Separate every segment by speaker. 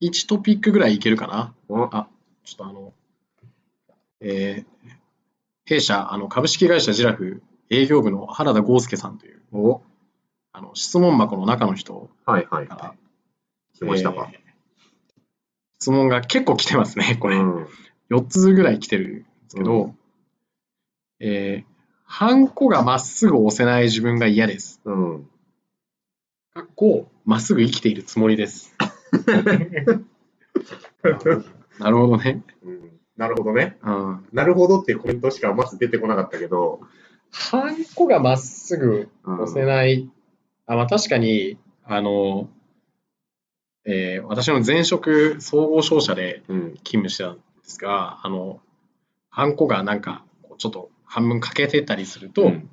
Speaker 1: 1トピックぐらいいけるかな。
Speaker 2: お、
Speaker 1: あ、ちょっとあの、えー弊社、あの、株式会社ジラフ営業部の原田豪介さんという、
Speaker 2: お、
Speaker 1: あの、質問箱の中の人
Speaker 2: はいはい
Speaker 1: か
Speaker 2: は
Speaker 1: ら、
Speaker 2: い。来ましたか。
Speaker 1: えー質問が結構来てますね、こ
Speaker 2: う
Speaker 1: れ。
Speaker 2: ん。
Speaker 1: 4つぐらい来てるんですけど、
Speaker 2: う
Speaker 1: えー、ハンコがまっすぐ押せない自分が嫌です。
Speaker 2: うん。
Speaker 1: かっこ、まっすぐ生きているつもりです。なるほどね。
Speaker 2: うん なるほどね。
Speaker 1: うん。
Speaker 2: なるほどっていうコメントしかまず出てこなかったけど、
Speaker 1: ハンコがまっすぐ
Speaker 2: うん
Speaker 1: 押せない。あ、まあ確かに、あの、えー私の前職総合商社で
Speaker 2: うん。
Speaker 1: 勤務してたんですが、あの、ハンコがなんか、こうちょっと半分欠けてたりすると、
Speaker 2: うん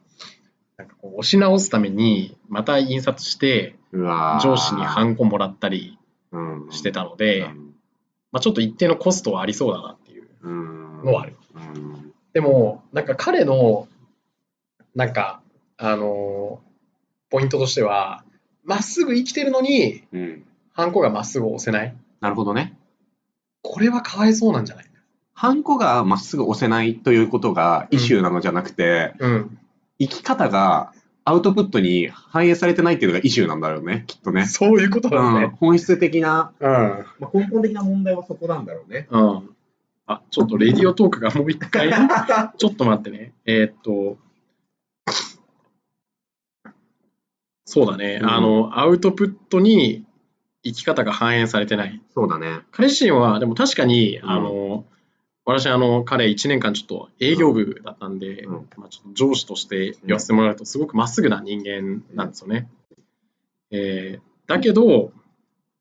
Speaker 1: なんかこう押し直すために、また印刷して、
Speaker 2: うわー
Speaker 1: 上司にハンコもらったり
Speaker 2: うん
Speaker 1: してたので、
Speaker 2: うん
Speaker 1: まあ、ちょっと一定のコストはありそうだなっていう
Speaker 2: うん
Speaker 1: のはある。
Speaker 2: うん
Speaker 1: でも、なんか彼の、なんか、あのーポイントとしては、まっすぐ生きてるのに、
Speaker 2: うん。
Speaker 1: ハンコがまっすぐ押せない。
Speaker 2: なるほどね。
Speaker 1: これはかわいそうなんじゃない
Speaker 2: ハンコがまっすぐ押せないということがイシューなのじゃなくて、
Speaker 1: うん。
Speaker 2: 生き方がアウトプットに反映されてないっていうのがイシューなんだろうね、きっとね。
Speaker 1: そういうことなん
Speaker 2: う
Speaker 1: だ
Speaker 2: ん
Speaker 1: ね。
Speaker 2: 本質的な、
Speaker 1: うん。
Speaker 2: まあ、根本的な問題はそこなんだろう ね。
Speaker 1: うん。あ、ちょっとレディオトークがもう一 回、ちょっと待ってね。えーっと、そうだね。
Speaker 2: うん
Speaker 1: あの、アウトプットに生き方が反映されてない。
Speaker 2: そうだね。
Speaker 1: 彼自身は、でも確かに、
Speaker 2: うん
Speaker 1: あの、私、あの、彼1年間ちょっと営業部だったんで、
Speaker 2: うん
Speaker 1: まあ、ちょっと上司として言わせてもらうと、すごくまっすぐな人間なんですよね。えーだけど、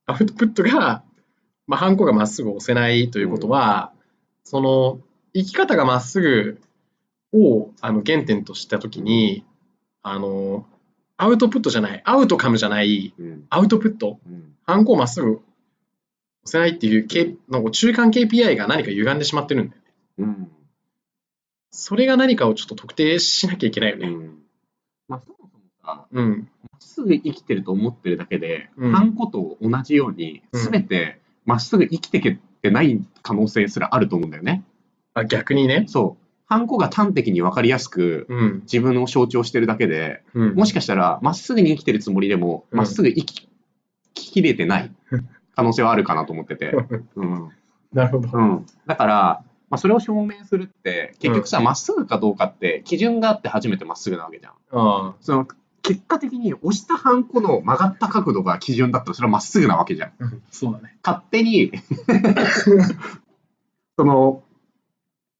Speaker 1: アウトプットが、まあ、ハンコがまっすぐ押せないということは、その、生き方がまっすぐをあの原点としたときに、あの、アウトプットじゃない、アウトカムじゃない、
Speaker 2: うん。
Speaker 1: アウトプット
Speaker 2: うん。
Speaker 1: ハンコをまっすぐ押せないっていう、K、の中間 KPI が何か歪んでしまってるんだよね。
Speaker 2: うん。
Speaker 1: それが何かをちょっと特定しなきゃいけないよ
Speaker 2: う
Speaker 1: ね。
Speaker 2: ん。まあ、そもそもさ、
Speaker 1: うん。
Speaker 2: まっすぐ生きてると思ってるだけで、
Speaker 1: うん
Speaker 2: ハンコと同じように、
Speaker 1: うん
Speaker 2: すべてまっすぐ生きてけってない可能性すらあると思うんだよね。
Speaker 1: あ、逆にね。
Speaker 2: そう。ハンコが端的に分かりやすく、
Speaker 1: うん。
Speaker 2: 自分を象徴してるだけで、
Speaker 1: うん。
Speaker 2: もしかしたら、まっすぐに生きてるつもりでも、
Speaker 1: うん
Speaker 2: まっすぐ生ききれてない可能性はあるかなと思ってて。うん。
Speaker 1: なるほど。
Speaker 2: うん。だから、まあ、それを証明するって、結局さ、まっすぐかどうかって、基準があって初めてまっすぐなわけじゃん。
Speaker 1: あ
Speaker 2: その、結果的に押したハンコの曲がった角度が基準だったら、それはまっすぐなわけじゃん。
Speaker 1: あ。そうだね。
Speaker 2: 勝手に、その、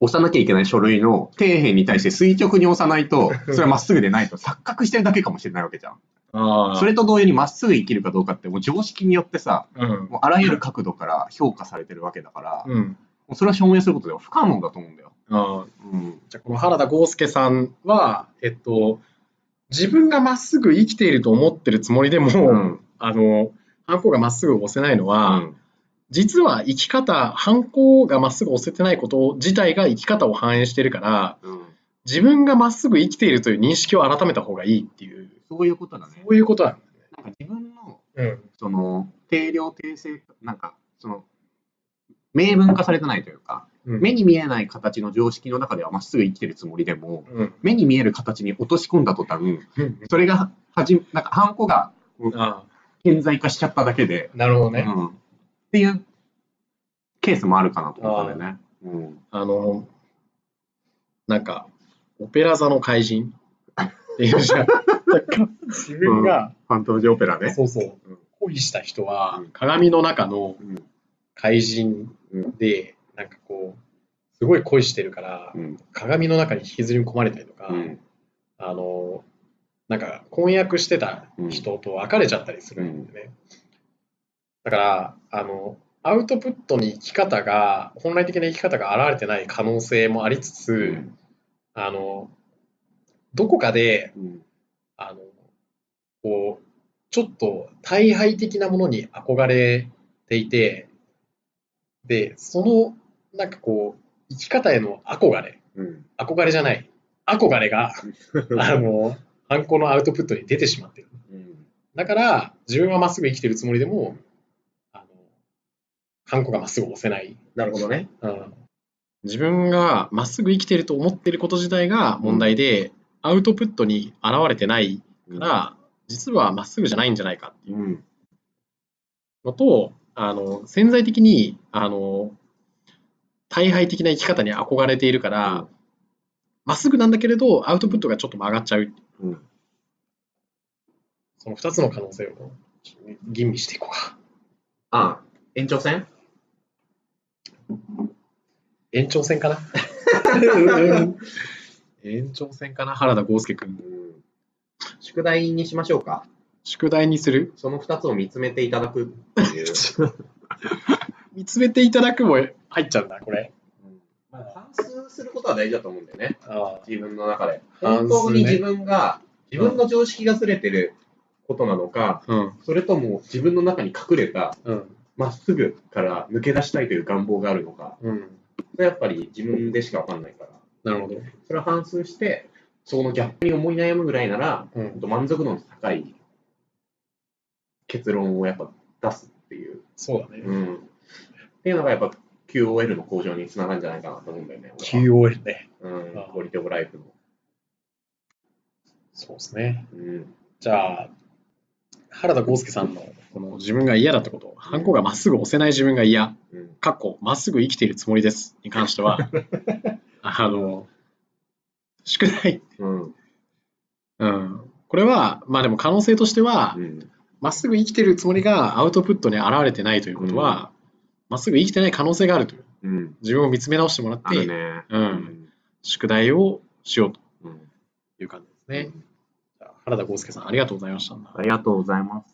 Speaker 2: 押さなきゃいけない書類の底辺に対して垂直に押さないと、それはまっすぐでないと錯覚してるだけかもしれないわけじゃん。
Speaker 1: ああ。
Speaker 2: それと同様にまっすぐ生きるかどうかって、もう常識によってさ、
Speaker 1: うん。
Speaker 2: もうあらゆる角度から評価されてるわけだから、も
Speaker 1: うん。
Speaker 2: うそれは証明することでは不可能だと思うんだよ。
Speaker 1: ああ。
Speaker 2: うん。
Speaker 1: じゃあ、この原田豪介さんは、えっと、自分がまっすぐ生きていると思ってるつもりでも、
Speaker 2: うん。
Speaker 1: あの、ハンコがまっすぐ押せないの
Speaker 2: う
Speaker 1: は、
Speaker 2: ん
Speaker 1: 実は生き方、ハンコがまっすぐ押せてないこと自体が生き方を反映してるから、
Speaker 2: うん
Speaker 1: 自分がまっすぐ生きているという認識を改めた方がいいっていう、
Speaker 2: そういうことだね
Speaker 1: そ。ういうことなん
Speaker 2: なんか自分の、
Speaker 1: だね。
Speaker 2: その、定量、定性、なんか、その、明文化されてないというか、
Speaker 1: うん。
Speaker 2: 目に見えない形の常識の中ではまっすぐ生きてるつもりでも、
Speaker 1: うん。
Speaker 2: 目に見える形に落とし込んだ途端、
Speaker 1: うん。
Speaker 2: それが、はじ、なんか、ハンコが
Speaker 1: あ
Speaker 2: 顕在化しちゃっただけで、
Speaker 1: あ、なるほどね。
Speaker 2: うんっていうケースもあるかなと思ったんだよね。うん
Speaker 1: あの、なんか、オペラ座の怪人っていうじゃん。自分が、
Speaker 2: ファントムジオペラね。
Speaker 1: そうそう
Speaker 2: うん、
Speaker 1: 恋した人は
Speaker 2: うん、
Speaker 1: 鏡の中の
Speaker 2: うん
Speaker 1: 怪人で、なんかこう、すごい恋してるから、
Speaker 2: うん
Speaker 1: 鏡の中に引きずり込まれたりとか、
Speaker 2: うん
Speaker 1: あのなんか婚約してた人と別れちゃったりするんでね、だからあのアウトプットに生き方が本来的な生き方が現れてない可能性もありつつ、
Speaker 2: うん
Speaker 1: あのどこかで
Speaker 2: うん
Speaker 1: あのこうちょっと大敗的なものに憧れていてでそのなんかこう生き方への憧れ
Speaker 2: うん
Speaker 1: 憧れじゃない憧れがあのハンコのアウトプットに出てしまってるだから自分はまっすぐ生きてるつもりでもあのハンコがまっすぐ押せない。
Speaker 2: なるほどね。
Speaker 1: うん自分がまっすぐ生きてると思ってること自体が問題で、アウトプットに現れてないから、実はまっすぐじゃないんじゃないかっていう
Speaker 3: うん。
Speaker 1: のと、あの潜在的にあの大敗的な生き方に憧れているから、まっすぐなんだけれど、アウトプットがちょっと曲がっちゃう。
Speaker 3: うん
Speaker 1: その2つの可能性をちょっと吟味していこうか。
Speaker 2: ああ、延長戦
Speaker 1: 延長戦かな 延長戦かな原田豪介君。
Speaker 2: 宿題にしましょうか。
Speaker 1: 宿題にする
Speaker 2: その2つを見つめていただくっていう。
Speaker 1: 見つめていただくも入っちゃうんだ、これ。
Speaker 2: まあ反数することは大事だと思うんだよね。
Speaker 1: あ
Speaker 2: 自分の中で。
Speaker 1: 反
Speaker 2: 本
Speaker 1: 数ね
Speaker 2: 当に自分が、自分の常識がずれてることなのか、
Speaker 1: うん、
Speaker 2: それとも自分の中に隠れた、
Speaker 1: うん、
Speaker 2: まっすぐから抜け出したいという願望があるのか、
Speaker 1: うん。
Speaker 2: それはやっぱり自分でしかわかんないから。
Speaker 1: なるほど。
Speaker 2: それは反数して、そのギャップに思い悩むぐらいなら、
Speaker 1: う
Speaker 2: ほん
Speaker 1: ん、
Speaker 2: と満足度の高い結論をやっぱ出すっていう。
Speaker 1: そうだね。
Speaker 2: うん。っていうのがやっぱ QOL の向上につながるんじゃないかなと思うんだよね。俺は
Speaker 1: QOL ね。
Speaker 2: うん。クオリティオブライフの。
Speaker 1: そうですね。
Speaker 2: うん。
Speaker 1: じゃあ、原田豪介さんのこの自分が嫌だってこと、ハンコがまっすぐ押せない自分が嫌、
Speaker 2: うん。
Speaker 1: かっこまっすぐ生きているつもりですに関し ては、あの、宿題、
Speaker 2: うん。
Speaker 1: うん、これは、まあでも可能性としては
Speaker 2: う、ん。
Speaker 1: まっすぐ生きてるつもりがアウトプットに現れてないということは、まっすぐ生きてない可能性があるという。
Speaker 3: うん。
Speaker 1: 自分を見つめ直してもらっ
Speaker 3: ある
Speaker 1: て、
Speaker 3: ね。う
Speaker 1: う、
Speaker 3: んん。
Speaker 1: 宿題をしようと
Speaker 3: うん
Speaker 1: いう感じですね。じゃあ原田康介さん、ありがとうございました。
Speaker 3: ありがとうございます。